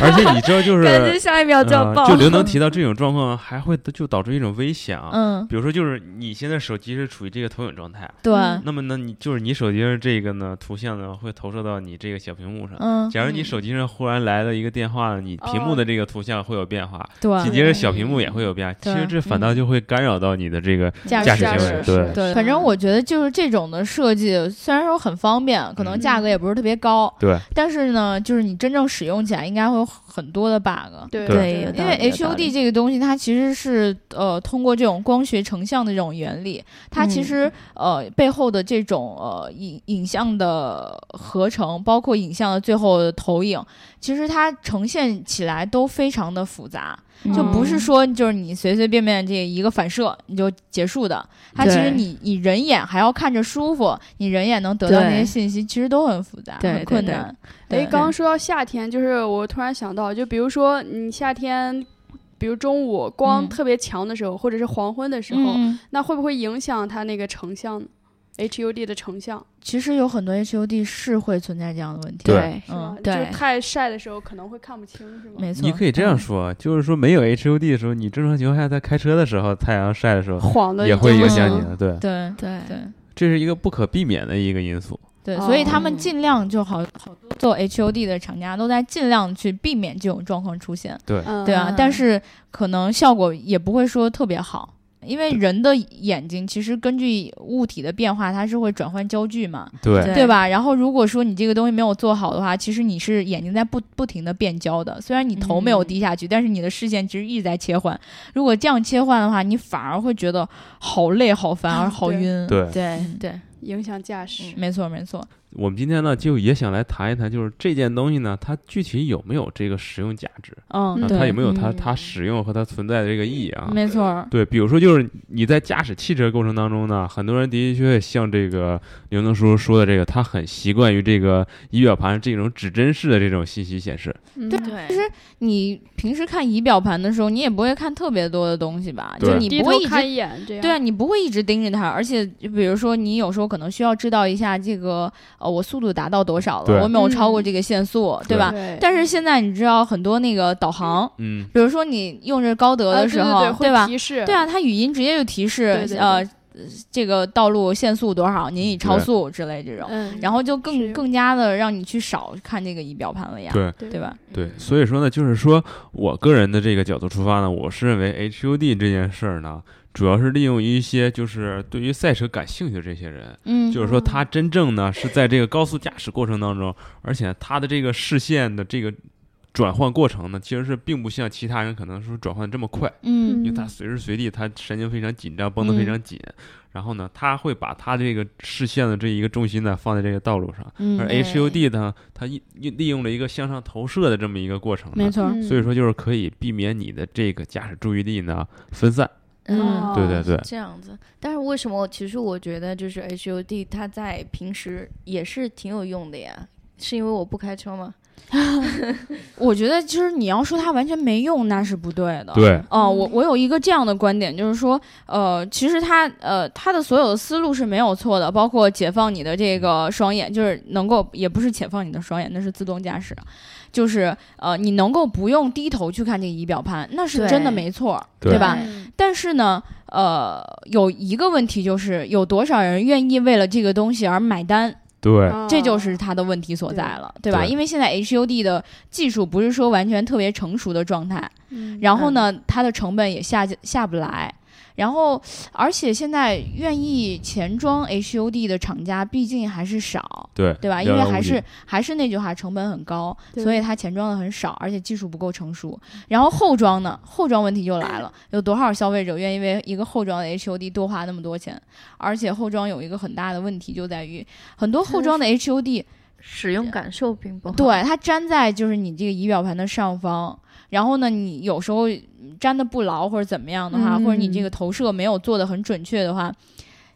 S3: 而且你知道就是，
S2: 感觉下一秒就要
S3: 呃
S2: 爆。
S3: 就刘能提到这种状况，还会就导致一种危险啊。
S1: 嗯，
S3: 比如说，就是你现在手机是处于这个投影状态，
S1: 对，
S3: 那么呢，你就是你手机上这个呢图像呢会投射到你这个小屏幕上。
S1: 嗯，
S3: 假如你手机上忽然来了一个电话，你屏幕
S4: 哦
S3: 的这个图像会有变化，紧
S1: 啊对，
S3: 接着小屏幕也会有变化。其
S1: 对嗯
S3: 实这反倒就会干扰到你的这个
S1: 驾
S3: 驾
S1: 驶
S3: 驶
S1: 行
S3: 行
S1: 为
S3: 为。
S4: 对
S3: 对
S1: 对，反正我觉得就是这种的设计，虽然说很方便，可能价格也不是特别高，
S3: 对，
S1: 但是呢，就是你真正使用起来应该会有很多的 bug。
S4: 对
S3: 对
S2: 有
S1: 因
S2: 道理
S1: 为
S2: 有道
S1: HUD
S2: 理
S1: 这个东西，它其实是呃通过这种光学成像的这种原理，它
S2: 嗯
S1: 其实、呃背后的这种呃影影像的合成，包括影像的最后的投影，其实它呈现起来都非常的复杂，
S2: 嗯
S1: 就不是说就是你随随便便这一个反射你就结束的，它其实
S2: 对
S1: 你你人眼还要看着舒服，你人眼能得到那些
S2: 对
S1: 信息，其实都很复杂，
S2: 对
S1: 很
S2: 对
S1: 困
S2: 对
S1: 难。
S4: 哎，
S1: 对
S4: 刚刚说到夏天，就是我突然想到，就比如说你夏天，比如中午光
S1: 嗯
S4: 特别强的时候，或者是黄昏的时候，
S1: 嗯。
S4: 那会不会影响它那个成像呢？HUD 的成像
S1: 其实有很多 HUD 是会存在这样的问题，
S3: 对
S2: 对
S4: 是吧
S1: 嗯？
S4: 就是
S2: 对
S4: 太晒的时候可能会看不清，是吗？
S1: 没错。嗯
S3: 你可以这样说，啊就是说没有 HUD 的时候，你正常情况下在开车的时候，太阳晒的时候
S4: 晃的
S3: 也会影响
S1: 嗯
S3: 你的。对，
S1: 对
S2: 对
S1: 对
S3: 这是一个不可避免的一个因素。
S1: 对，
S4: 哦
S1: 所以他们尽量就好好多做 HOD 的厂家都在尽量去避免这种状况出现，
S3: 对，
S4: 嗯，
S1: 对啊，
S2: 嗯
S1: 但是可能效果也不会说特别好。因为人的眼睛其实根据物体的变化，它是会转换焦距嘛，
S3: 对
S1: 对吧？然后如果说你这个东西没有做好的话，其实你是眼睛在不不停的变焦的，虽然你头没有低下去，但是你的视线其实一直在切换。如果这样切换的话，你反而会觉得好累、好烦，而好
S4: 对
S1: 晕。
S3: 对。
S2: 对
S1: 嗯
S2: 对，
S4: 影响驾驶。
S1: 没错，没错，
S3: 我们今天呢，就也想来谈一谈，就是这件东西呢，它具体有没有这个使用价值
S1: 嗯，
S3: 啊？
S1: 对，
S3: 它有没有它
S2: 嗯
S3: 它使用和它存在的这个意义啊？
S1: 没错儿，
S3: 对，比如说就是你在驾驶汽车过程当中呢，很多人的确像这个刘能叔叔说的这个，他很习惯于这个仪表盘这种指针式的这种信息显示。
S4: 嗯
S1: 对
S2: 对
S1: 其实你平时看仪表盘的时候，你也不会看特别多的东西吧？就
S3: 对
S1: 你
S4: 低
S1: 不会
S4: 头
S1: 一
S4: 看
S1: 直
S4: 一眼这样。
S1: 对啊，你不会一直盯着它。而且就比如说，你有时候可能需要知道一下这个呃，我速度达到多少
S3: 对
S1: 了，我有没有超过
S4: 嗯
S1: 这个限速，对吧？
S4: 对
S1: 但是现在你知道很多那个导航，
S3: 嗯，
S1: 比如说你用着高德
S4: 啊
S1: 的时候，
S4: 对对对
S1: 吧
S4: 会？提示，
S1: 对啊，它语音直接就提示
S4: 对对对
S1: 呃，这个道路限速多少，您已超
S3: 对
S1: 速之类这种，
S4: 嗯，
S1: 然后就
S4: 是
S1: 更
S4: 有
S1: 更加的让你去少看这个仪表盘了呀，
S3: 对
S4: 对
S1: 对吧？
S3: 对，所以说呢，就是说我个人的这个角度出发呢，我是认为 HUD 这件事儿呢，主要是利用于一些就是对于赛车感兴趣的这些人，
S1: 嗯，
S3: 就是说他真正呢是在这个高速驾驶过程当中，而且他的这个视线的这个转换过程呢，其实是并不像其他人可能说转换这么快。
S1: 嗯
S3: 因为他随时随地他神经非常紧张，绷得非常紧，然后呢，他会把他这个视线的这一个重心呢放在这个道路上，
S1: 嗯
S3: 而
S1: 嗯，
S2: 对
S3: HUD 呢，它一一利用了一个向上投射的这么一个过程呢
S1: 没，错儿，
S4: 嗯
S3: 所以说就是可以避免你的这个驾驶注意力呢分散，
S1: 哦
S2: 嗯，
S3: 对对对，
S2: 这样子。但是为什么？其实我觉得就是 HUD 它在平时也是挺有用的呀，是因为我不开车吗？
S1: 我觉得其实你要说它完全没用，那是不对的。。
S3: 对
S1: 哦，我我有一个这样的观点，就是说，呃，其实他呃他的所有的思路是没有错的，包括解放你的这个双眼，就是能够也不是解放你的双眼，那是自动驾驶，就是呃你能够不用低头去看这个仪表盘，那是
S2: 对
S1: 真的没错儿，
S3: 对
S1: 对吧？
S4: 嗯
S1: 但是呢，呃，有一个问题就是，有多少人愿意为了这个东西而买单？
S3: 对
S1: 这
S4: 哦
S1: 就是它的问题所在了，对吧？
S3: 对
S1: 因为现在 HUD 的技术不是说完全特别成熟的状态，
S4: 嗯
S1: 然后呢，它的成本也下下不来。然后，而且现在愿意钱庄 HUD 的厂家毕竟还是少，
S3: 对
S1: 对吧？因为还是还是那句话，成本很高，
S4: 对
S1: 所以它钱庄的很少，而且技术不够成熟。然后后装呢，后装问题就来了，有多少消费者愿意为一个后装的 HUD 多花那么多钱？而且后装有一个很大的问题就在于，很多后装的 HUD，
S2: 使用感受并不好。
S1: 对它粘在就是你这个仪表盘的上方，然后呢，你有时候粘的不牢或者怎么样的话，
S2: 嗯
S1: 或者你这个投射没有做的很准确的话。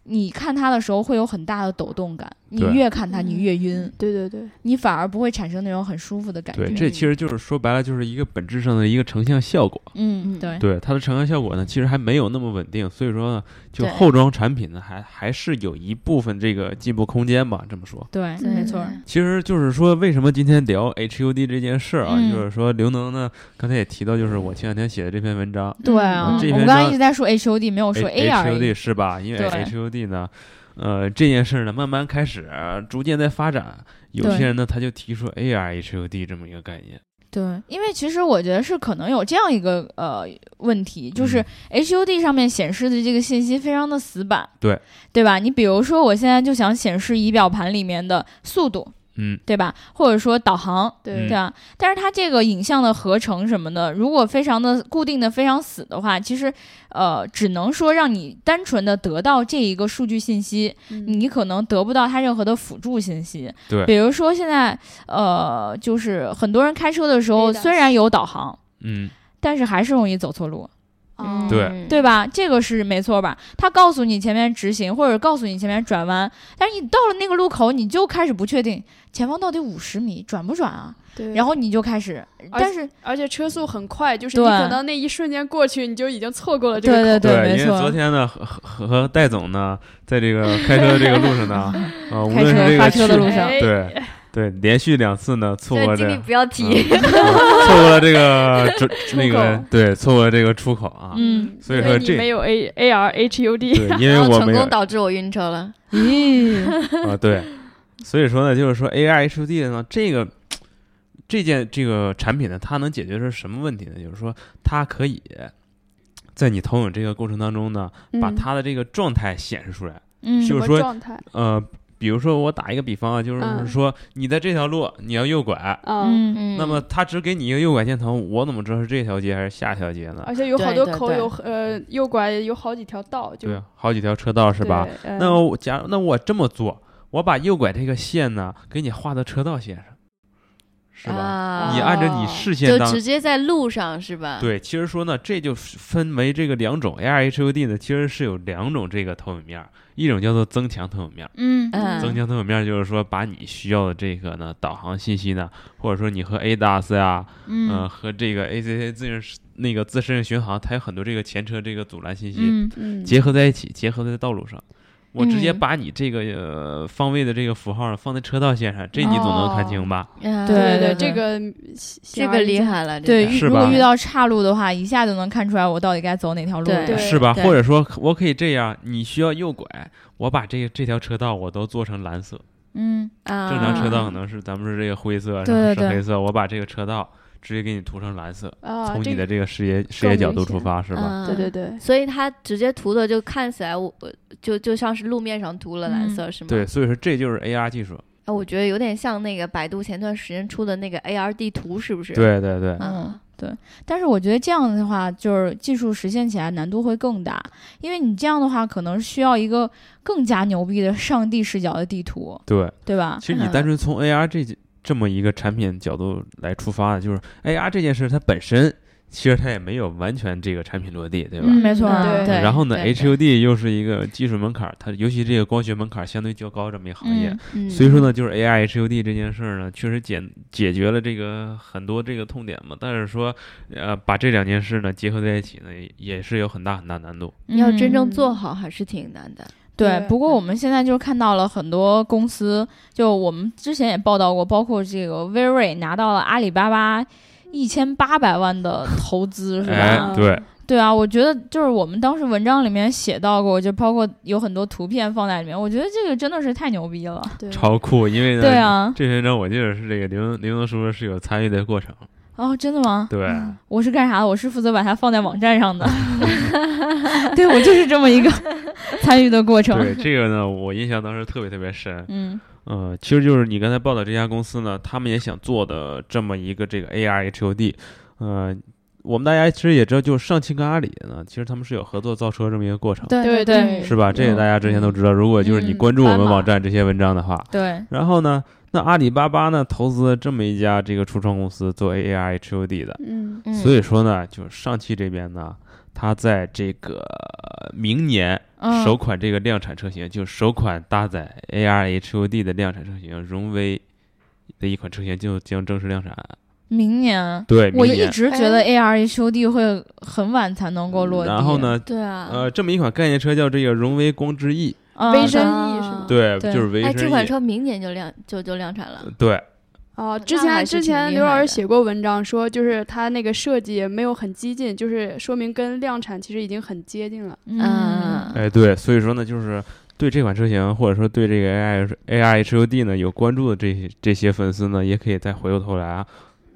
S1: 你看它的时候会有很大的抖动感，你
S3: 对
S1: 越看它你越晕。
S4: 对对对，
S1: 你反而不会产生那种很舒服的感觉。
S3: 对，这其实就是说白了就是一个本质上的一个成像效果，
S1: 嗯，
S2: 嗯
S1: 对，
S3: 对它的成像效果呢，其实还没有那么稳定，所以说呢，就
S2: 对
S3: 后装产品呢，还还是有一部分这个进步空间吧，这么说。
S1: 对，
S2: 对，
S1: 没错儿。嗯
S3: 其实就是说，为什么今天聊 HUD 这件事儿啊？
S1: 嗯
S3: 就是说，刘能呢，刚才也提到，就是我前两天写的这篇文章
S1: 对
S3: 嗯
S1: 啊，
S3: 这哎
S1: 我
S3: 篇
S1: 们刚
S3: 章
S1: 刚一直在说 HUD，没有说 AR。
S3: ，HUD 是吧？因为
S1: 对
S3: HUD 呢，呃，这件事儿呢，慢慢开始呃逐渐在发展。有
S1: 对
S3: 些人呢，他就提出 AR HUD 这么一个概念，
S1: 对，因为其实我觉得是可能有这样一个呃问题，就是
S3: 嗯
S1: HUD 上面显示的这个信息非常的死板，
S3: 对
S1: 对吧？你比如说，我现在就想显示仪表盘里面的速度，
S3: 嗯，
S1: 对吧？或者说导航，
S4: 对
S1: 对啊，但是它这个影像的合成什么的，如果非常的固定的非常死的话，其实呃，只能说让你单纯的得到这一个数据信息，
S4: 嗯
S1: 你可能得不到它任何的辅助信息。
S3: 对
S1: 比如说现在呃，就是很多人开车的时候，
S4: 对的
S1: 虽然有导航，
S3: 嗯，
S1: 但是还是容易走错路。
S2: 嗯
S4: 哦
S3: 对
S1: 对吧？这个是没错吧？他告诉你前面直行，或者告诉你前面转弯，但是你到了那个路口，你就开始不确定前方到底五十米转不转啊？
S4: 对，
S1: 然后你就开始，
S4: 而
S1: 但 是
S4: 而且车速很快，就是你
S1: 对
S4: 可能那一瞬间过去，你就已经错过了这
S1: 对
S4: 个口。
S1: 对
S3: 对，
S1: 没
S3: 因为
S1: 错
S3: 昨。天呢，和和和戴总呢，在这个开车的这个路上 呢，呃，无
S1: 开
S3: 论是
S1: 车
S3: 这
S1: 发
S3: 个
S1: 车的
S3: 去
S1: 路上，嗯
S4: 哎
S3: 对对，连续两次呢，错过
S2: 对，
S3: 这
S2: 经理
S3: 个。
S2: 不要提。
S3: 错过了这个准那
S4: 出
S3: 个
S4: 口
S3: 对，错过了这个出口啊。
S1: 嗯，
S3: 所以
S4: 因为
S3: 说
S4: 你
S3: 这
S4: 没有 A A R H U D，
S3: 对，因为
S2: 然后
S3: 我
S2: 成
S3: 没有
S2: 功导致我晕车了。
S1: 咦，
S3: 啊，对，所以说呢，就是说 AR HUD 呢，这个这件这个产品呢，它能解决是什么问题呢？就是说它可以在你投影这个过程当中呢，把
S4: 嗯
S3: 它的这个状态显示出来。
S1: 嗯，
S3: 就
S4: 什
S3: 是
S4: 么
S3: 说
S4: 状态
S3: 呃，比如说我打一个比方啊，就是
S4: 嗯
S3: 说你在这条路你要右拐，
S4: 啊，
S1: 嗯，
S2: 嗯，
S3: 那么他只给你一个右拐箭头，我怎么知道是这条街还是下条街呢？
S4: 而且有好
S2: 对
S4: 多
S2: 对
S4: 口
S2: 对
S4: 有呃右拐有好几条道，就
S3: 对啊，好几条车道是吧？？
S4: 对嗯
S3: 那我假如那我这么做，我把右拐这个线呢给你画到车道线上，是吧？
S2: 啊、
S3: 你按照你
S4: 哦
S3: 视线
S2: 就
S3: 当
S2: 直接在路上是吧？
S3: 对，其实说呢，这就是分为这个两种 AR HUD 呢，其实是有两种这个投影面儿，一种叫做增强投影面儿，
S1: 嗯
S2: 嗯
S3: 增强投影面儿就是说把你需要的这个呢导航信息呢，或者说你和 ADAS 呀、
S1: 嗯
S3: 呃，和这个 ACC 自适那个自适应巡航，它有很多这个前车这个阻拦信息、
S1: 嗯
S4: 嗯，
S3: 结合在一起，结合在道路上。我直接
S2: 嗯
S3: 把你这个、呃、方位的这个符号放在车道线上，这你总能看清吧？
S2: 啊
S4: 对
S1: 对
S4: 对，
S1: 对
S4: 这个
S2: 这个厉，害了，
S1: 对，
S2: 这个
S1: 遇
S3: 是
S1: 如果
S3: 吧
S1: 遇到岔路的话，一下就能看出来我到底该走哪条路了。
S2: 对
S3: 是吧？
S2: 对
S3: 或者说，我可以这样，你需要右拐，我把这个这条车道我都做成蓝色，
S1: 嗯
S2: 啊，
S3: 正常车道可能是咱们是这个灰色，
S1: 对
S3: 是
S1: 对
S3: 是
S1: 对
S3: 黑色，我把这个车道直接给你涂成蓝色，
S4: 啊，
S3: 从
S4: 这
S3: 你的
S4: 个
S3: 这个视野视野
S4: 更
S3: 角
S4: 明
S3: 度出
S4: 显
S3: 发是吧？
S2: 嗯
S4: 对对对，
S2: 所以它直接涂的就看起来我我就就像是路面上涂了蓝色、是吗？
S3: 对，所以说这就是 AR 技术。
S2: 啊，我觉得有点像那个百度前段时间出的那个 AR 地图，是不是？
S3: 对对对，
S1: 嗯
S2: 啊，
S1: 对。但是我觉得这样的话，就是技术实现起来难度会更大，因为你这样的话可能需要一个更加牛逼的上帝视角的地图，
S3: 对，
S1: 对吧？
S3: 其实你
S2: 嗯
S3: 单纯从 AR 这几这么一个产品角度来出发的，就是 AR 这件事它本身，其实它也没有完全这个产品落地，对吧？
S1: 嗯没错
S2: 嗯
S4: 对
S2: 对。
S3: 然后呢
S2: 对对
S3: ，HUD 又是一个技术门槛儿，它尤其这个光学门槛儿相对较高这么一个行业，
S1: 嗯
S2: 嗯
S3: 所以说呢，就是 AI HUD 这件事儿呢，确实解解决了这个很多这个痛点嘛。但是说，呃，把这两件事呢结合在一起呢，也也是有很大很大难度。
S2: 要真正
S4: 嗯
S2: 做好还是挺难的。
S1: 嗯对，
S4: 对
S1: 不过我们现在就是看到了很多公司，就我们之前也报道过，包括这个威瑞拿到了阿里巴巴一千八百万的投资，是吧？
S3: 哎，对，
S1: 对啊，我觉得就是我们当时文章里面写到过，就包括有很多图片放在里面，我觉得这个真的是太牛逼了。
S4: 对
S3: 超酷，因为呢，
S1: 对啊，
S3: 这篇文章我记得是这个刘刘能叔是有参与的过程，
S1: 哦，真的吗？
S3: 对。
S1: 我是干啥的？我是负责把它放在网站上 的。对，我就是这么一个参与的过程。
S3: 对这个呢，我印象当时特别特别深。
S1: 嗯
S3: 呃，其实就是你刚才报道这家公司呢，他们也想做的这么一个这个 AR HUD，呃，我们大家其实也知道，就是上汽跟阿里呢，其实他们是有合作造车这么一个过程，
S1: 对嗯
S4: 对
S1: 对
S3: 啊是吧？这个大家之前都知道。如果就是你
S2: 嗯
S3: 关注我
S2: 斑
S3: 们
S2: 马
S3: 网站这些文章的话，
S1: 对，
S3: 然后呢，那阿里巴巴呢投资了这么一家这个初创公司做 AR HUD 的，
S4: 嗯
S2: 嗯
S3: 所以说呢，就是上汽这边呢，它在这个明年
S1: 嗯，
S3: 首款这个量产车型，就是首款搭载 AR HUD 的量产车型，荣威的一款车型就将正式量产。
S1: 明年。
S3: 对，
S1: 我
S3: 明
S1: 一
S3: 年。
S1: 直觉得 AR HUD 会很晚才能够落地。
S3: 嗯然后？呢，
S2: 对啊，
S3: 呃，这么一款概念车叫这个荣威光之翼，
S1: 嗯、
S4: 微生
S2: 啊
S4: 意是吗？
S3: 对，
S1: 对
S3: 就是维
S2: 哎，这
S3: 生
S2: 款
S3: 翼。
S2: 车明年就量就就量产了。
S3: 对，
S1: 嗯
S4: 啊，
S2: 那
S4: 之
S2: 还
S4: 前
S2: 是
S4: 之
S2: 挺
S4: 前
S2: 厉
S4: 刘老
S2: 害
S4: 师
S2: 的
S4: 写过文章，说就是它那个设计没有很激进，就是说明跟量产其实已经很接近了。
S1: 嗯，
S3: 哎，对，所以说呢，就是对这款车型，或者说对这个 AI AR HUD 呢有关注的这些这些粉丝呢，也可以再回过头来啊，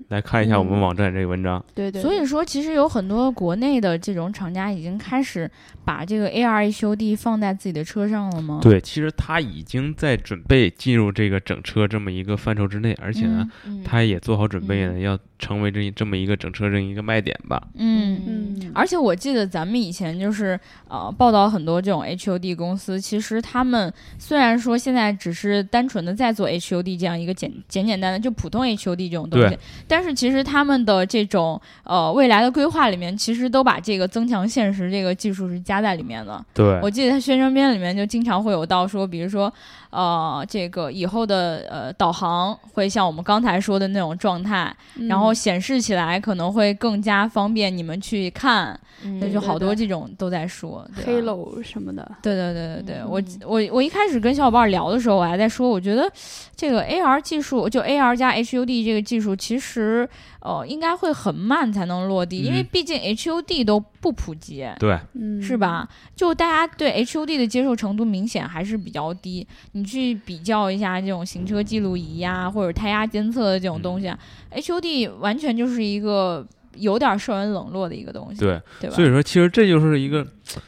S3: 来看一下我们
S4: 嗯
S3: 网站这个文章。
S4: 对对，
S1: 所以说，其实有很多国内的这种厂家已经开始把这个 AR HUD 放在自己的车上了吗？
S3: 对，其实它已经在准备进入这个整车这么一个范畴之内，而且呢，
S2: 嗯，
S3: 它也做好准备呢，要成为这这么一个整车这一个卖点吧。
S1: 嗯。嗯
S4: 嗯，
S1: 而且我记得咱们以前就是呃报道很多这种 HUD 公司，其实他们虽然说现在只是单纯的在做 HUD 这样一个简简简单单就普通 HUD 这种东西
S3: 对，
S1: 但是其实他们的这种呃未来的规划里面，其实都把这个增强现实这个技术是加在里面的。
S3: 对
S1: 我记得他宣传片里面就经常会有到说，比如说，呃，这个以后的呃导航会像我们刚才说的那种状态，
S4: 嗯
S1: 然
S4: 啊
S1: 后显示起来可能会更加方便你们去看，那、
S2: 嗯
S1: 就好多这种都在说。对吧
S4: 黑楼什么的，
S1: 对对对对对，我
S2: 嗯
S1: 我我一开始跟小伙伴聊的时候，我还在说，我觉得这个 AR 技术，就 AR 加 HUD 这个技术，其实呃应该会很慢才能落地，因为
S3: 嗯
S1: 毕竟 HUD 都不普及。
S3: 对，
S4: 嗯，
S1: 是？吧？就大家对 HUD 的接受程度明显还是比较低。你去比较一下这种行
S3: 嗯
S1: 车记录仪呀、或者胎压监测的这种东西、啊 h u d 完全就是一个有点受人冷落的一个东西，对
S3: 对，
S1: 吧？
S3: 所以说其实这就是一个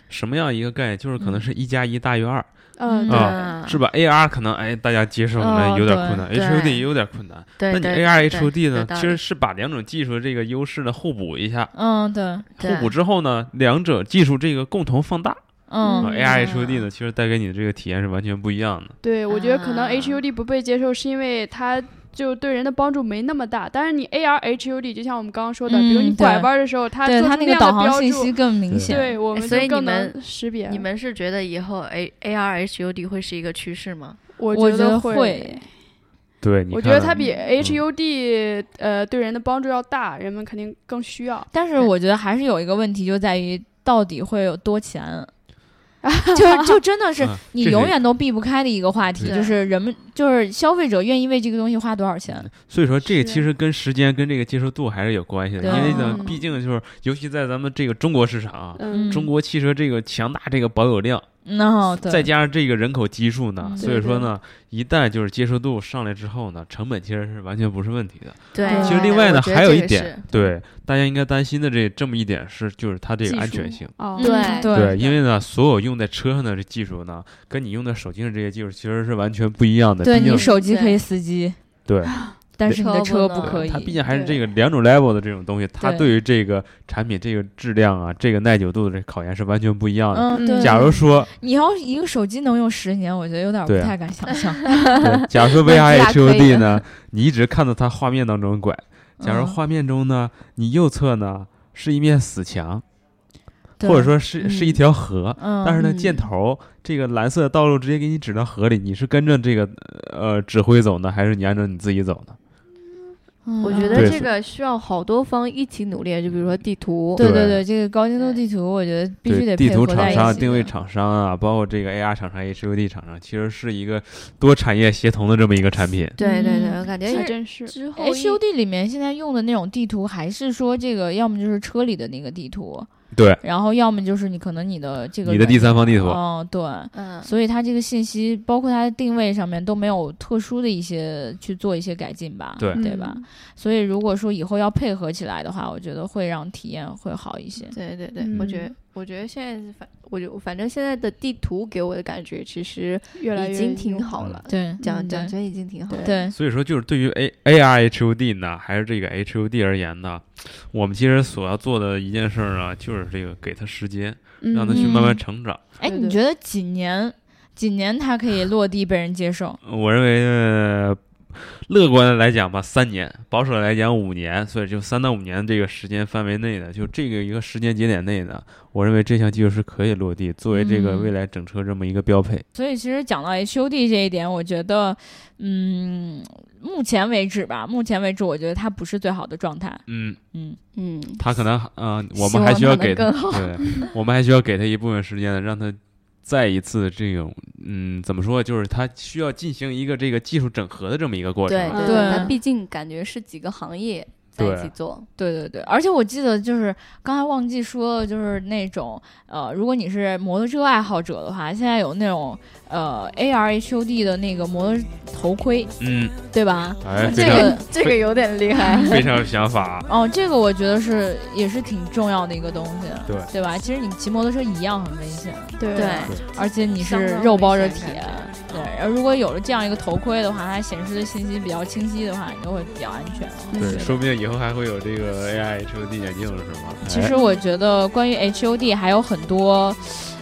S3: 什么样一个概念，就是可能是一加一大于二，
S4: 嗯，
S1: 对
S4: 对，
S2: 啊
S3: 是吧？AR 可能哎大家接受
S1: 哦
S3: 呢有点困难
S2: 对
S3: ，HUD
S2: 对
S3: 也有点困难，
S2: 对
S3: 那你
S2: 对
S3: AR
S2: 对
S3: HUD
S2: 有
S3: 呢，
S2: 道
S3: 其
S2: 理
S3: 实是把两种技术的这个优势呢互补一下，
S1: 嗯，对，
S3: 互补之后呢，两者技术这个共同放大。
S1: 嗯
S3: 啊
S4: 嗯
S3: ，AR HUD 呢，其实带给你的这个体验是完全不一样的。
S4: 对，我觉得可能
S2: 啊
S4: HUD 不被接受是因为它就对人的帮助没那么大，但是你 AR HUD 就像我们刚刚说的，比如
S1: 嗯
S4: 你
S1: 对
S4: 拐弯的时候，它
S1: 对
S4: 做
S1: 它
S4: 出
S1: 那个
S4: 样的
S1: 导航
S4: 标
S1: 信
S4: 注
S1: 息，更明
S3: 对
S1: 显，
S4: 对，我们
S2: 所以
S4: 就
S2: 你
S4: 更
S2: 们
S4: 能识别。
S2: 你们是觉得以后 A A R H U D 会是一个趋势吗？
S4: 我
S1: 我
S4: 觉
S1: 觉得
S4: 会
S1: 会，
S3: 对，你
S4: 我觉
S3: 看
S4: 得
S3: 啊
S4: 它比 HUD 呃对人的帮助要大，人们肯定更需要。
S1: 但是我觉得还是有一个问题，就在于到底会有多钱。就就真的是
S3: 啊
S1: 你
S3: 这是
S1: 永远都避不开的一个话题，
S2: 对
S1: 就是人们就是消费者愿意为这个东西花多少钱。
S3: 所以说这个
S4: 是
S3: 其实跟时间跟这个接受度还是有关系的，
S1: 对
S3: 因为呢
S4: 嗯，
S3: 毕竟就是尤其在咱们这个中国市场啊，
S4: 嗯，
S1: 嗯
S3: 中国汽车这个强大这个保有量，
S1: 那嗯对，
S3: 再加上这个人口基数呢
S1: 嗯，
S3: 所以说呢，一旦就是接受度上来之后呢，成本其实是完全不是问题的。
S2: 对
S4: 嗯
S3: 其实
S4: 对
S3: 另外呢，
S2: 我觉得
S3: 还有
S2: 这
S3: 一
S2: 个
S3: 点，对大家应该担心的这这么一点是，就是它这
S4: 技
S3: 个安
S4: 术
S3: 全性。
S4: 哦，
S1: 嗯
S2: 对
S3: 对，
S1: 对
S3: 因为呢，所有用在车上的这技术呢，跟你用在手机上这些技术其实是完全不一样的。
S1: 对
S3: 毕竟
S1: 你手机可以司机，
S3: 对，
S1: 但是你的
S2: 车
S1: 车
S2: 不
S1: 不
S2: 能
S1: 可以。
S3: 它毕竟还是
S4: 对
S3: 这个两种 level 的这种东西，它
S1: 对
S3: 对于这个产品这个质量啊，这个耐久度的这考验是完全不一样的。
S1: 嗯，
S4: 嗯
S1: 对。
S3: 假 如说，
S1: 你要一个手机能用十年，我觉得有点不
S3: 对啊
S1: 太敢想象。
S3: 对假如说
S2: 那
S3: VR
S2: 是可以
S3: HUD
S2: 的
S3: 呢，你一直看到它画面当中拐，假如
S1: 嗯
S3: 画面中呢，你右侧呢是一面死墙，
S1: 对
S3: 或者说是是一条河，
S1: 嗯，
S3: 但是呢，
S2: 嗯
S3: 箭头这个蓝色的道路直接给你指到河里，你是跟着这个呃指挥走呢，还是你按照你自己走呢？
S1: 嗯
S2: 我觉
S3: 对
S2: 得这
S3: 是
S2: 个需要好多方一起努力，就比如说地图，
S1: 对
S3: 对
S1: 对对，这个高精度地图，我觉得必须
S3: 对，
S1: 得
S3: 地
S1: 配
S3: 图
S1: 合在
S3: 厂
S1: 一
S3: 商啊、
S1: 起
S3: 定
S1: 的
S3: 位厂商啊，包括这个 AR 厂商、HUD 厂商，其实是一个多产业协同的这么一个产品。
S2: 对对对，
S1: 嗯
S2: 我感觉
S4: 还
S2: 是
S4: 真是
S2: 之后一
S1: HUD 里面现在用的那种地图，还是说这个要么就是车里的那个地图，
S3: 对，
S1: 然后要么就是你可能你的这个
S3: 你的第三方地
S1: 地
S3: 图，
S1: 哦，对，
S2: 嗯，
S1: 所以它这个信息包括它的定位上面都没有特殊的一些去做一些改进吧，
S3: 对
S1: 对吧？？所以如果说以后要配合起来的话，我觉得会让体验会好一些。
S2: 对对对，我觉
S1: 嗯
S2: 得我觉得现在是反我就反正现在的地图给我的感觉其实
S4: 嗯越来越
S2: 已经挺好了，
S1: 对，
S2: 讲
S1: 嗯
S2: 讲
S1: 对
S2: 真已经挺好了，
S1: 对，
S3: 所以说，就是对于 A A R H U D 呢，还是这个 H U D 而言呢，我们其实所要做的一件事儿呢，就是这个给他时间，
S4: 嗯
S3: 让他去慢慢成长。
S1: 哎，
S4: 对
S1: 你
S4: 对
S1: 觉得几年？几年它可以落地被人接受？
S3: 我认为、呃乐观的来讲吧，三年；保守的来讲，五年。所以就三到五年这个时间范围内的，就这个一个时间节点内呢，我认为这项技术是可以落地，作为这个
S1: 嗯
S3: 未来整车这么一个标配。
S1: 所以其实讲到 HUD 这一点，我觉得，嗯，目前为止吧，目前为止，我觉得它不是最好的状态。
S3: 嗯，
S1: 嗯，
S2: 嗯，
S3: 他可能嗯、我
S2: 希
S3: 们还
S2: 望
S3: 需要
S2: 它能
S3: 给他，
S2: 更好
S3: 对，我们还需要给他一部分时间呢，让他再一次这种，嗯，怎么说，就是他需要进行一个这个技术整合的这么一个过程
S2: 对
S3: 啊。
S2: 对
S1: 对
S2: 它毕竟感觉是几个行业在一
S3: 对
S2: 起做，
S1: 对对对，而且我记得就是刚才忘记说了，就是那种呃，如果你是摩托车爱好者的话，现在有那种呃 AR HUD 的那个摩托头盔，
S3: 嗯，
S1: 对吧？
S3: 哎，非
S1: 这
S3: 常
S1: 个
S2: 这个有点厉害，
S3: 非常有想法。啊
S1: 哦，这个我觉得是也是挺重要的一个东西，
S3: 对
S1: 对吧？其实你骑摩托车一样很危险，
S4: 对
S2: 对，
S1: 而且你
S2: 相
S1: 是
S2: 当
S1: 肉
S2: 危
S1: 包着
S2: 险
S1: 铁
S2: 感，
S1: 对。然后如果有了这样一个头盔的话，它显示的信息比较清晰的话，你就会比较安全了。
S4: 嗯
S3: 对，说不定以后还会有这个 AI HUD 眼镜是吗？
S1: 其
S3: 哎
S1: 实我觉得关于 HUD 还有很多，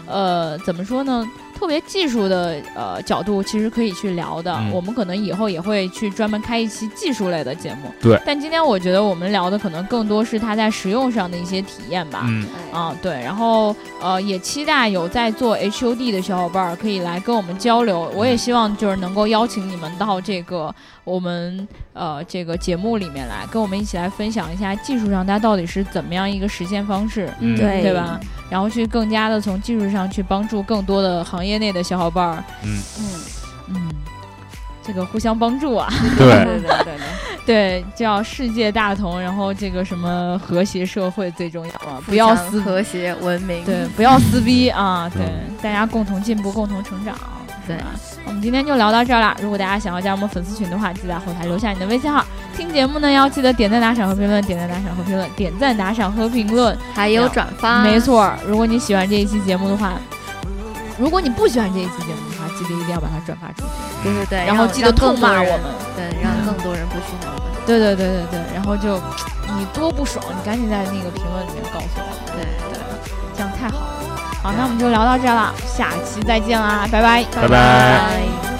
S1: 呃，怎么说呢？特别技术的呃角度，其实可以去聊的。
S3: 嗯
S1: 我们可能以后也会去专门开一期技术类的节目。
S3: 对。
S1: 但今天我觉得我们聊的可能更多是它在实用上的一些体验吧。
S3: 嗯，
S1: 啊，对，然后呃，也期待有在做 HUD 的小伙伴儿可以来跟我们交流。
S2: 嗯
S1: 我也希望就是能够邀请你们到这个我们呃这个节目里面来，跟我们一起来分享一下技术上它到底是怎么样一个实现方式，
S3: 嗯
S2: 对
S1: 对吧？然后去更加的从技术上去帮助更多的行业内的小伙伴儿，
S2: 嗯，
S1: 嗯，这个互相帮助啊，
S3: 对，
S2: 对对 对对。
S1: 对，叫世界大同，然后这个什么和谐社会最重要啊，不要
S2: 互
S1: 撕
S2: 相和谐文明。
S1: 对，不要撕逼啊！对
S3: 嗯，
S1: 大家共同进步，共同成长。是
S2: 对嗯
S1: 吧我们今天就聊到这儿啦。如果大家想要加我们粉丝群的话，记得在后台留下你的微信号，听节目呢，要记得点赞、打赏和评论，点赞、打赏和评论，点赞、打赏和评论。
S2: 还有转发，
S1: 没，错儿，如果你喜欢这一期节目的话，如果你不喜欢这一期节目的话，记得一定要把它转发出去，
S2: 对对对，
S1: 然后
S2: 让
S1: 记得痛骂我，
S2: 让
S1: 们
S2: 更。多人对，让更多人不喜欢我们，
S1: 对对对对对，然后就你多不爽，你赶紧在那个评论里面告诉我，
S2: 对对，
S1: 这样太好了。好，那我们就聊到这儿了，下期再见啦，拜拜
S3: 拜拜
S2: 拜